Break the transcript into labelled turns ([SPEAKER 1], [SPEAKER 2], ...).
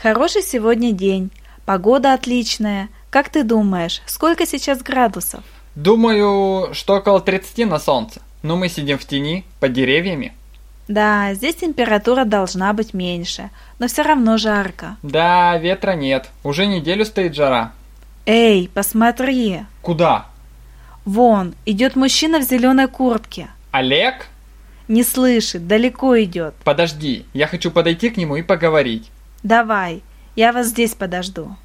[SPEAKER 1] Хороший сегодня день, погода отличная. Как ты думаешь, сколько сейчас градусов?
[SPEAKER 2] Думаю, что около 30 на солнце. Но мы сидим в тени, под деревьями.
[SPEAKER 1] Да, здесь температура должна быть меньше, но все равно жарко.
[SPEAKER 2] Да, ветра нет. Уже неделю стоит жара.
[SPEAKER 1] Эй, посмотри,
[SPEAKER 2] Куда?
[SPEAKER 1] вон, идет мужчина в зеленой куртке.
[SPEAKER 2] Олег?
[SPEAKER 1] Не слышит, далеко идет.
[SPEAKER 2] Подожди, я хочу подойти к нему и поговорить.
[SPEAKER 1] Давай, я вас здесь подожду.